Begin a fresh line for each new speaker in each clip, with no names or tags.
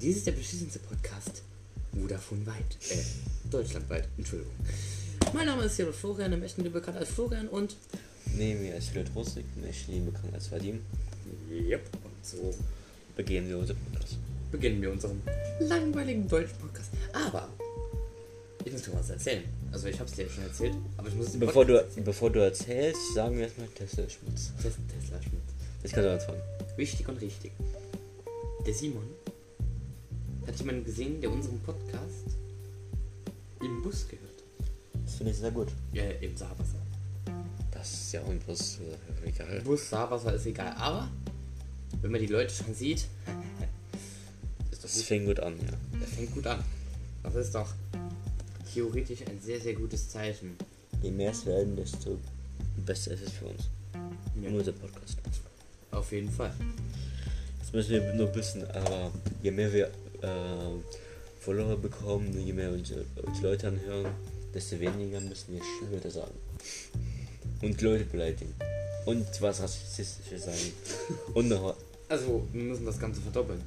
Dies ist der beschissenste Podcast. Vodafone weit. Äh, deutschlandweit. Entschuldigung. Mein Name ist Jared Florian, im echten Leben bekannt als Florian und.
Nehmen wir als Philipp Rustig, nicht lieben bekannt als Vadim,
Yep. Und so
begehen wir unseren Podcast.
beginnen wir unseren langweiligen deutschen Podcast. Aber. Ich muss dir was erzählen. Also, ich hab's dir ja schon erzählt, aber ich muss es dir
Bevor du, bevor du erzählst, sagen wir erstmal Tesla Schmutz.
Tesla Schmutz.
Ich kann doch anfangen.
Wichtig und richtig. Der Simon hat jemanden gesehen, der unseren Podcast im Bus gehört.
Das finde ich sehr gut.
Äh, im Saarwasser.
Das ist ja auch ein Bus, äh, egal.
Bus, Saarwasser ist egal, aber wenn man die Leute schon sieht, ist das
Das fing gut an, ja.
das fängt gut an. Das ist doch theoretisch ein sehr, sehr gutes Zeichen.
Je mehr es werden, desto besser ist es für uns.
Ja.
Nur der Podcast.
Auf jeden Fall.
Das müssen wir nur wissen, aber je mehr wir äh, Follower bekommen, je mehr uns, uns Leute anhören, desto weniger müssen wir Schimpfwörter sagen. Und Leute beleidigen. Und was Rassistisches sagen. Und noch
Also, wir müssen das Ganze verdoppeln.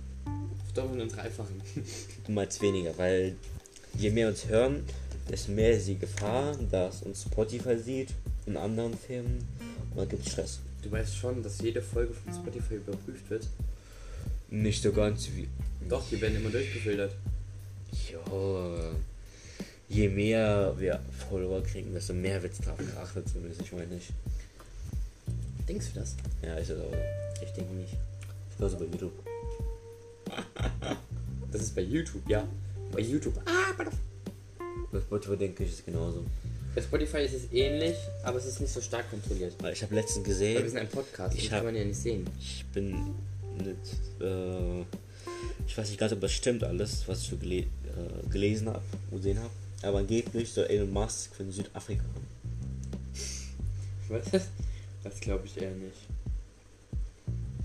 Verdoppeln und dreifachen.
damals weniger, weil je mehr uns hören, desto mehr ist die Gefahr, dass uns Spotify sieht und anderen Firmen und dann gibt Stress.
Du weißt schon, dass jede Folge von Spotify überprüft wird.
Nicht so ganz wie.
Doch, die werden immer durchgefiltert.
Jo. Je mehr wir Follower kriegen, desto mehr wird drauf geachtet, zumindest ich meine nicht.
Denkst du das?
Ja, ist das auch so.
Ich denke nicht.
Also bei YouTube.
Das ist bei YouTube, ja. Bei YouTube. Ah, bei
Bei Spotify denke ich ist es genauso.
Bei Spotify ist es ähnlich, aber es ist nicht so stark kontrolliert.
Weil Ich habe letztens
Weil wir
gesehen,
sind ein Podcast,
Ich
das
hab-
kann man ja nicht sehen.
ich bin nicht. Äh, ich weiß nicht ganz, ob das stimmt alles, was ich so gele äh, gelesen habe und gesehen habe. Aber angeblich soll Elon Musk von Südafrika kommen.
Was? Das glaube ich eher nicht.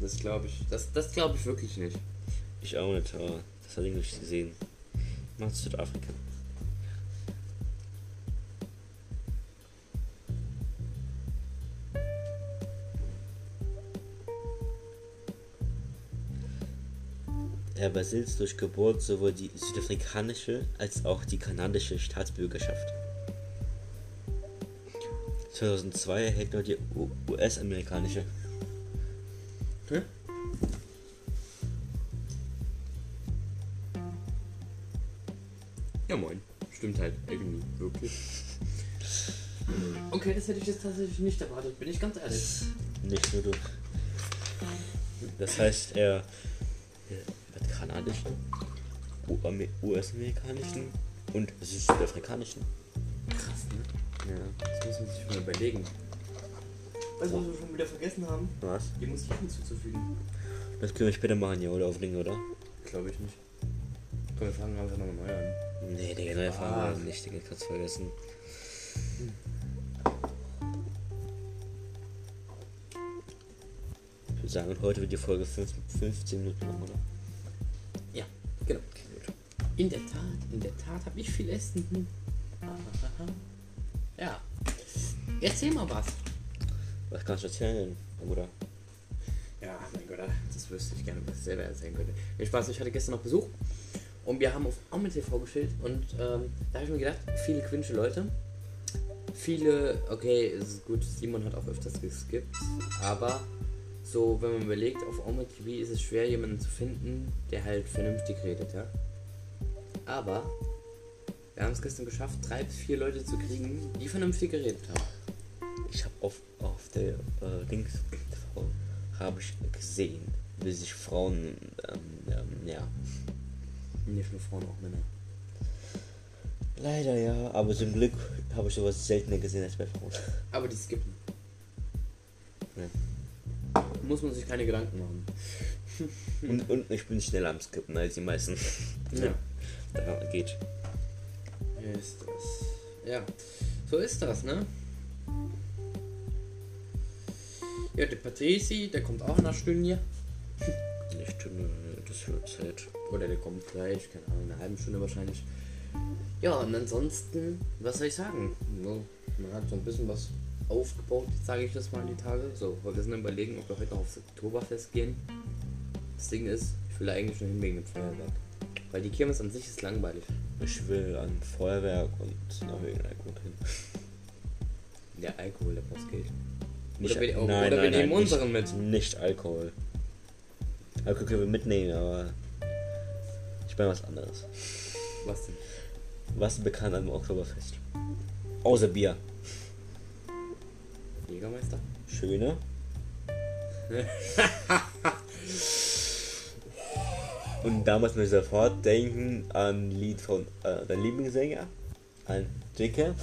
Das glaube ich. Das, das glaube ich wirklich nicht.
Ich auch nicht, aber das hat ich nicht gesehen. Macht Südafrika. Er besitzt durch Geburt sowohl die südafrikanische als auch die kanadische Staatsbürgerschaft. 2002 erhält er die U- US-amerikanische.
Hä? Ja moin. Stimmt halt. Irgendwie. Wirklich. Okay, das hätte ich jetzt tatsächlich nicht erwartet, bin ich ganz ehrlich.
Nicht nur du. Das heißt, er er hat kanadischen, U- Amer- US-amerikanischen und südafrikanischen.
Krass, ne?
Ja.
Das muss man sich mal überlegen. Weißt du, was wir schon wieder vergessen haben?
Was?
Die Musik hinzuzufügen.
Das können wir später machen, ja, oder auf Link, oder?
Glaube ich nicht. Komm, wir fangen einfach nochmal neu an.
Nee, Digga, neue Frage.
Ah.
Nicht, Digga, kannst vergessen. Ich würde sagen, heute wird die Folge 5, 15 Minuten lang, oder?
Ja, genau. In der Tat, in der Tat habe ich viel Essen. Hm. Aha. Ja. Erzähl mal was.
Was kannst du erzählen, oder?
Ja, mein Gott, das wüsste ich gerne, was ich selber erzählen könnte. Viel Spaß, ich hatte gestern noch Besuch und wir haben auf Aume TV gestellt und ähm, da habe ich mir gedacht, viele quinsche Leute. Viele, okay, es ist gut, Simon hat auch öfters geskippt, aber so, wenn man überlegt, auf Aume TV ist es schwer, jemanden zu finden, der halt vernünftig redet, ja. Aber wir haben es gestern geschafft, drei bis vier Leute zu kriegen, die vernünftig geredet haben.
Ich habe auf, auf der äh, Dings habe ich gesehen, wie sich Frauen ähm, ähm, ja
Nicht nur Frauen, auch Männer.
leider ja, aber zum Glück habe ich sowas seltener gesehen als bei Frauen.
Aber die skippen.
Ja.
Muss man sich keine Gedanken machen.
Und, und ich bin schneller am Skippen als die meisten.
Ja.
Da geht.
Ist das. Ja. So ist das, ne? Ja, der Patrici, der kommt auch nach Stunde.
Eine Stunde,
äh,
das wird Zeit.
Oder der kommt gleich, keine Ahnung, in einer halben Stunde wahrscheinlich. Ja, und ansonsten, was soll ich sagen? So, man hat so ein bisschen was aufgebaut, sage ich das mal die Tage. So, wir sind am überlegen, ob wir heute noch aufs Oktoberfest gehen. Das Ding ist, ich will da eigentlich nur hin wegen dem Feuerwerk. Weil die Kirmes an sich ist langweilig.
Ich will an Feuerwerk und noch wegen Alkohol hin.
Der Alkohol, der braucht Geld.
Nicht-
wir- oder wir nehmen unseren
nicht,
mit.
Nicht Alkohol. Alkohol können wir mitnehmen, aber ich meine was anderes.
Was denn?
Was ist bekannt am Oktoberfest? Außer Bier.
Jägermeister?
Schöne. Und damals muss ich sofort denken an ein Lied von äh, deinem Lieblingssänger, an Dicke.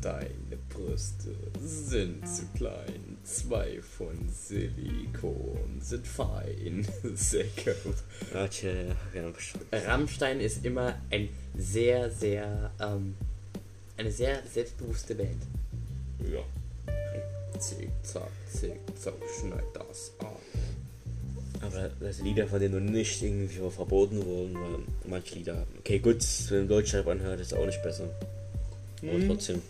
Deine Brüste sind zu klein, zwei von Silikon sind fein, Säcke.
Okay, ja, genau, verstanden.
Rammstein ist immer ein sehr, sehr, ähm, eine sehr selbstbewusste Band.
Ja.
Zick, zack, zick, zack, schneid das ab.
Aber das Lieder, von denen nur nicht irgendwie verboten wurden, weil manche Lieder. Okay, gut, wenn man Deutschrap anhört, ist auch nicht besser. Aber trotzdem.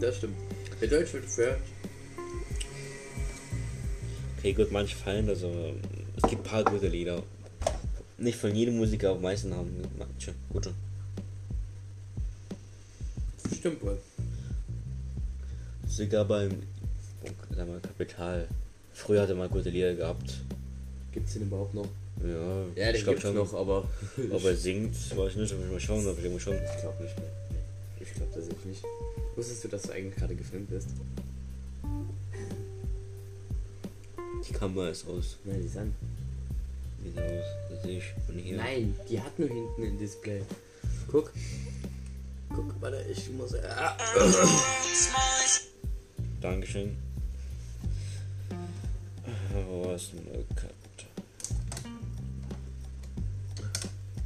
Das stimmt. Der Deutsch wird für.
Okay, gut, manche fallen das, aber es gibt ein paar gute Lieder. Nicht von jedem Musiker, aber meisten haben manche gute.
Stimmt wohl.
Sogar beim sag mal, Kapital. Früher hat er mal gute Lieder gehabt.
Gibt's den überhaupt noch?
Ja,
Ja, den
ich glaub
gibt's
schon.
noch, aber.
Ob er singt, weiß ich nicht, ob ich mal schauen, aber ich muss schon.
Ich glaube nicht mehr. Ich glaube tatsächlich nicht. Wusstest du, dass du eigentlich gerade gefilmt bist?
Die Kamera ist aus.
Nein, die Sand.
Wie ist aus? Das sehe ich von hier.
Nein, die hat nur hinten ein Display. Guck. Guck, warte, ich muss. Ah, ah.
Dankeschön. Wo warst du denn? Äh, Kapital?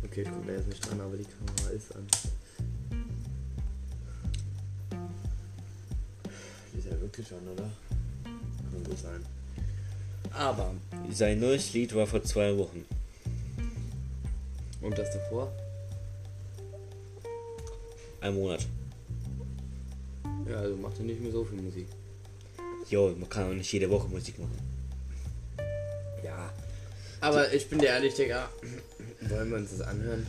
Okay, ich guck da jetzt nicht dran, aber die Kamera ist an.
Die ist ja wirklich an, oder? Kann gut sein.
Aber.
Sein neues Lied war vor zwei Wochen.
Und das davor?
Ein Monat.
Ja, also macht er nicht mehr so viel Musik.
Jo, man kann auch nicht jede Woche Musik machen.
Ja. Aber ich bin dir ehrlich, Digga. Wollen wir uns das anhören?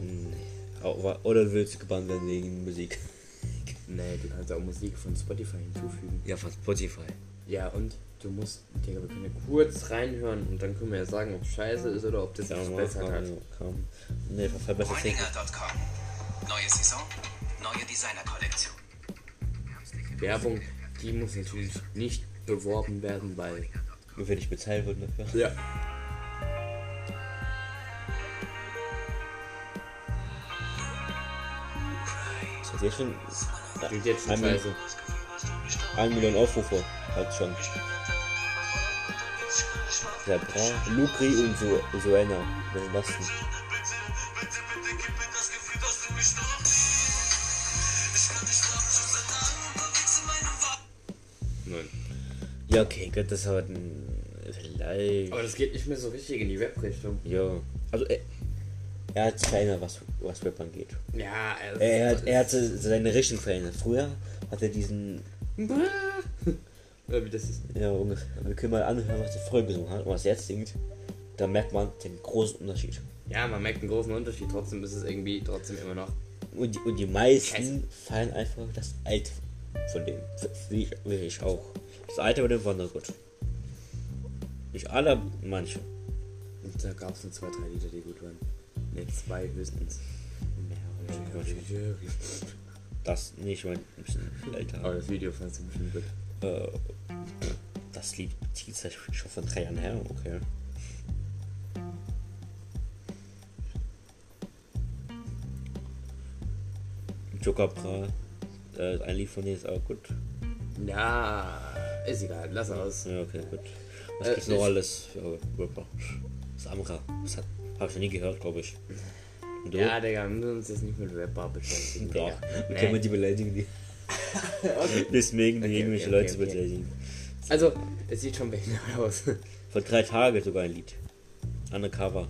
Nee. Au- wa- Oder willst du gebannt werden wegen Musik?
Nee, du kannst auch Musik von Spotify hinzufügen.
Ja, von Spotify.
Ja, und du musst, Digga, wir können ja kurz reinhören und dann können wir ja sagen, ob scheiße ist oder ob das
Ja,
sich
mal,
verbessert hat.
kam, kam. Nee, verbessert sich.
Bräuninger.com. Neue Saison, neue Designer-Kollektion.
Werbung, die muss natürlich nicht beworben werden, weil.
Nur wenn ich bezahlt wurde dafür.
Ja.
Das hat jetzt schon
Klingt jetzt schon
Einmal-
scheiße.
1 Million Aufrufe. Hat schon. Der Bra, Lucri und so Soena. Was ist das denn?
Nein.
Ja, okay, gut, das hat ein. Vielleicht.
Aber das geht nicht mehr so richtig in die Rap-Richtung.
Ja. Also, er, er hat kleiner, was, was Rap angeht.
Ja, also.
Er hat, er hat se- seine Richtung verändert. Früher hat er diesen.
Oder wie das ist.
Ja, ungefähr. Wir können mal anhören, was er früher gesungen hat und was er jetzt singt. Da merkt man den großen Unterschied.
Ja, man merkt einen großen Unterschied, trotzdem ist es irgendwie trotzdem immer noch.
Und die, und die meisten fallen einfach das Alte von dem. Wie ich, wie ich auch. Das Alte von dem Wandergut. Nicht alle, aber manche.
Und da gab es nur zwei, drei Lieder, die gut waren. Ne, zwei höchstens.
Das, nee, ich meine, ein bisschen älter.
Aber das Video fandst du bestimmt gut.
Äh, das Lied bezieht sich schon von drei Jahren her, okay. Joker Bra, äh, ein Lied von denen ist auch gut.
Ja, ist egal, lass aus.
Ja, okay, gut. Was
Äh,
gibt's noch
ich-
alles für Rapper? Samra, das hat, hab ich noch nie gehört, glaube ich. Und du?
Ja, Digga, wir müssen uns jetzt nicht mit Rapper beschäftigen.
Klar,
Digga.
wir
Nee.
können wir die beleidigen, die. Deswegen, die
Okay,
irgendwelche
okay,
Leute
okay, okay.
beleidigen.
Also, es sieht schon behindert aus.
Vor drei Tagen sogar ein Lied. Undercover.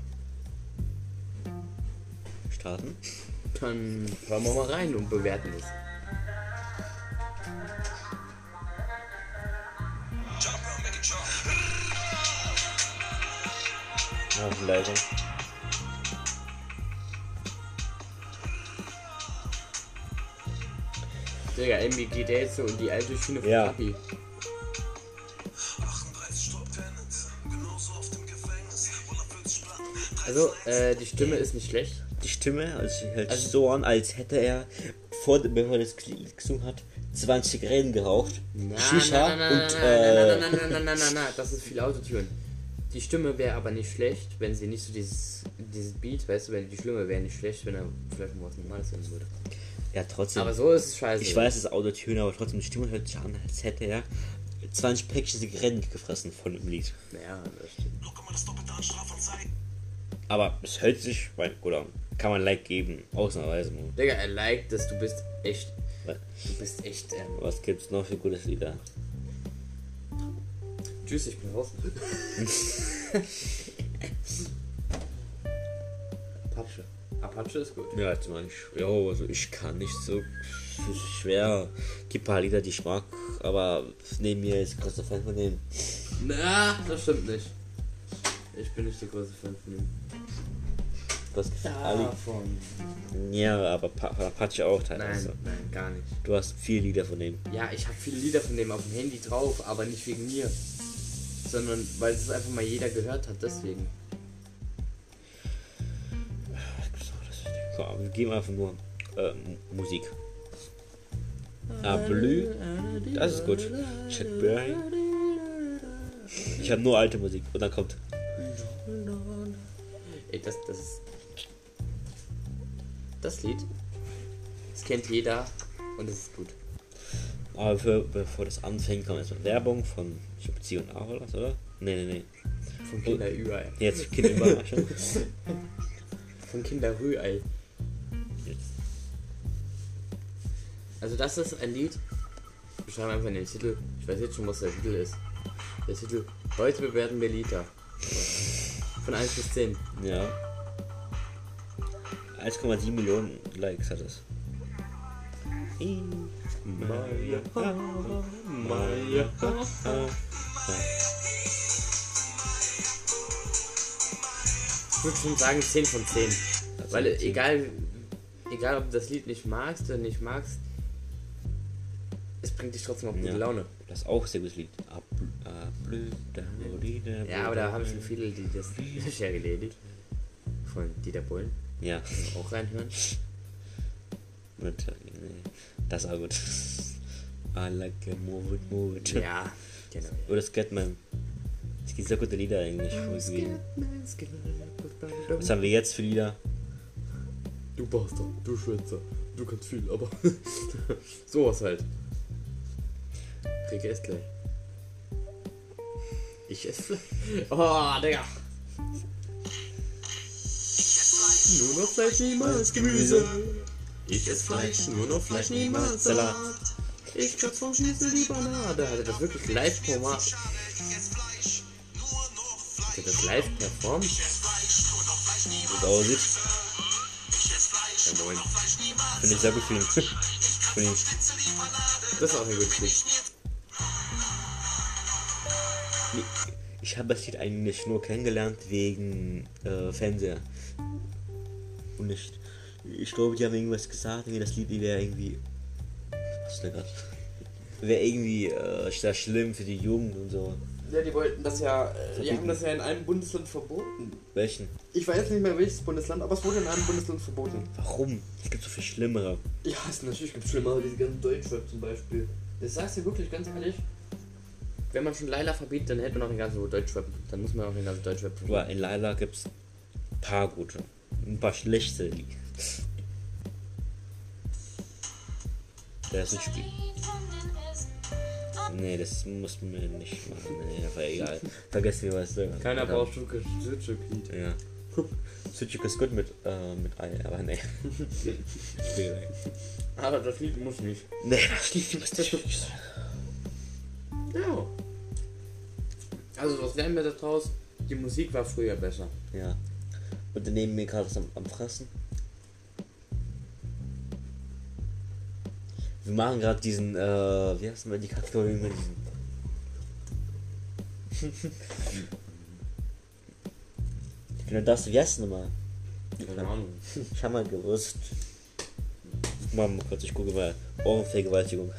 Starten.
Dann hören wir mal rein und bewerten es.
Ja, leider.
Digga, MBG Dälze und die alte Schiene von
Ja.
Papi.
38 Stunden, genauso oft im Gefängnis. 140 Platten, 30
Also, äh, die Stimme ist nicht schlecht.
Die Stimme also sie hört sich so an, als hätte er, vor, bevor er das Lied gesungen hat, 20 Reden geraucht, Shisha
na, na,
und
na,
äh,
na, na, na, na, na, na, na, na, na, das ist viel Autotune. Die Stimme wäre aber nicht schlecht, wenn sie nicht so dieses, dieses Beat, weißt du, wenn die Stimme wäre nicht schlecht, wenn er vielleicht mal was Normales hören würde.
ja trotzdem.
Aber so ist es scheiße.
ich weiß, es ist Autotune, aber trotzdem, die Stimme hört sich an, als hätte er 20 Päckchen Zigaretten gefressen von dem Lied.
Ja, das stimmt.
Locker mal das Doppelte an Strafanzeige.
Aber es hört sich, mein Bruder, kann man ein Like geben, ausnahmsweise. Mann.
Digga, er liked das, du bist echt, du bist echt, ähm,
Was gibt's noch für gutes Lieder?
tschüss, ich bin raus. Apache. Apache ist gut.
Ja, jetzt meine ich, ja, also ich kann nicht so schwer. Gibt ein paar Lieder, die ich mag, aber neben mir ist großer Fan von dem.
Na, das stimmt nicht. Ich bin nicht der große Fan von ihm.
Das gefällt Ali. Ja, aber Pa- Pa- Apache auch
Nein,
teilweise.
nein, gar nicht.
Du hast viele Lieder von dem.
Ja, ich habe viele Lieder von dem auf dem Handy drauf, aber nicht wegen mir. Sondern weil es einfach mal jeder gehört hat, deswegen.
Komm, wir geben einfach nur äh, Musik. Ah, Blue. Das ist gut. Chad Berry. Ich habe nur alte Musik. Und dann kommt.
Ey, das, das ist. Das Lied. Das kennt jeder und es ist gut.
Aber für, bevor das anfängt, kommt erstmal Werbung von. Ich glaube, Zion A oder was, oder? Nee, nee, nee.
Von Kinderührei.
Jetzt Kinderüberraschung.
Von Kinderrührei. Also das ist ein Lied. Wir schreiben einfach in den Titel. Ich weiß jetzt schon, was der Titel ist. Der Titel. Heute bewerten wir Lieder. Von 1 bis 10.
ja. 1,7 Millionen Likes hat es. Maria, Maria.
Ich würde schon sagen 10 von 10. Weil äh, egal, egal ob du das Lied nicht magst oder nicht magst, es bringt dich trotzdem auf gute
Ja.
Laune.
Das ist auch ein sehr gutes Lied. Ah, bl- ah, blöd, da wo die, da wo
Ja, aber da
die.
haben schon viele, die das ja erledigt. Von Dieter Bullen.
Ja,
Auch reinhören.
natürlich. Nee. Das ist auch gut. Ah, I like it, move it, move it.
Ja, genau.
Oder Scatman. Es gibt sehr gute Lieder eigentlich. wo es geht. Was haben wir jetzt für Lieder?
Du Bastard, du Schwänzer, du kannst viel, aber sowas halt. Kriege es gleich. Ich esse Fleisch. Oh, Digga. Nur noch Fleisch, niemals Gemüse. Ich esse Fleisch, nur noch Fleisch, niemals Salat. Ich kratz vom Schnitzel die Banane. Hat er das wirklich live performt? Hat er das live performt?
Das aussieht. Ja, moin. Finde ich sehr gut für ihn. Von ihm.
Das ist auch ein gutes Lied.
Nee, Ich habe das Lied eigentlich nur kennengelernt wegen äh, Fernseher. Und nicht. Ich glaube, die haben irgendwas gesagt, irgendwie das Lied wäre irgendwie. Was ist denn gerade? Wäre irgendwie äh, sehr schlimm für die Jugend und so.
Ja, die wollten das ja, äh, die
Verbieten.
haben das ja in einem Bundesland verboten.
Welchen?
Ich weiß nicht mehr welches Bundesland, aber es wurde in einem Bundesland verboten.
Warum? Es gibt so viel Schlimmere.
Ja, es natürlich gibt schlimmer, diese ganzen Deutschrap zum Beispiel. Das sagst du wirklich ganz ehrlich. Wenn man schon Laila verbietet, dann hätte man auch den ganzen Deutschrap. Dann muss man auch den ganzen Deutschrap verbieten.
Aber in Laila gibt es ein paar gute. Ein paar schlechte Lieder. Das ist ein Spiel. Nee, das muss man nicht machen. Nee, aber egal. Vergessen wir was selber.
Keiner braucht Stücke, Stücke.
Ja. Switchik ist gut mit, äh, mit Ei, aber nee. Spiegelei.
Aber das Lied muss nicht.
nee, das lief nicht. Ich-
Ja. Also, was lernen wir da draus? Die Musik war früher besser.
Ja. Und neben mir gerade ist halt am, am Fressen. Wir machen gerade diesen, äh, wie heißt denn die Kategorie mit diesen. Genau das, wie heißt es nochmal?
Keine Ahnung.
Ich habe mal gewusst. Mann, kurz, ich gucke mal. Ohrenvergewaltigung.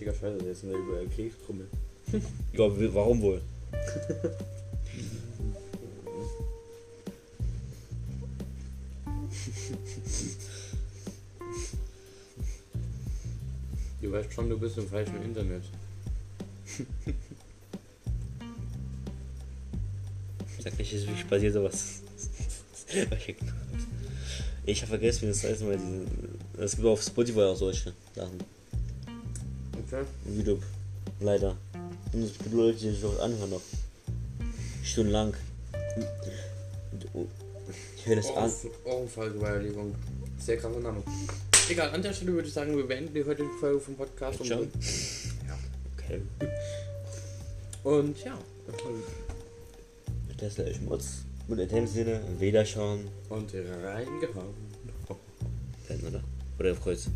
Digga, scheiße, jetzt sind wir überall Kriegskrümmel.
Ja, w- warum wohl?
Du weißt schon, du bist im falschen Internet.
Sag nicht, ich passiert sowas. Ich habe vergessen, wie das heißt, weil diese. Es gibt auf Spotify auch solche Sachen.
Okay.
Im YouTube. Leider. Und es gibt Leute, die sich auch anhören noch. Stundenlang. Und- oh. Ich höre das
Oh,
an.
Ohrenfallgewaltigung. Sehr krasser Name. Egal, an der Stelle würde ich sagen, wir beenden die heutige Folge vom Podcast. und-
Ciao. Okay.
Und ja.
Das ist der Schmutz. Und in dem Sinne, weder schauen. Oh,
Und reingehauen.
Oder auf Kreuz.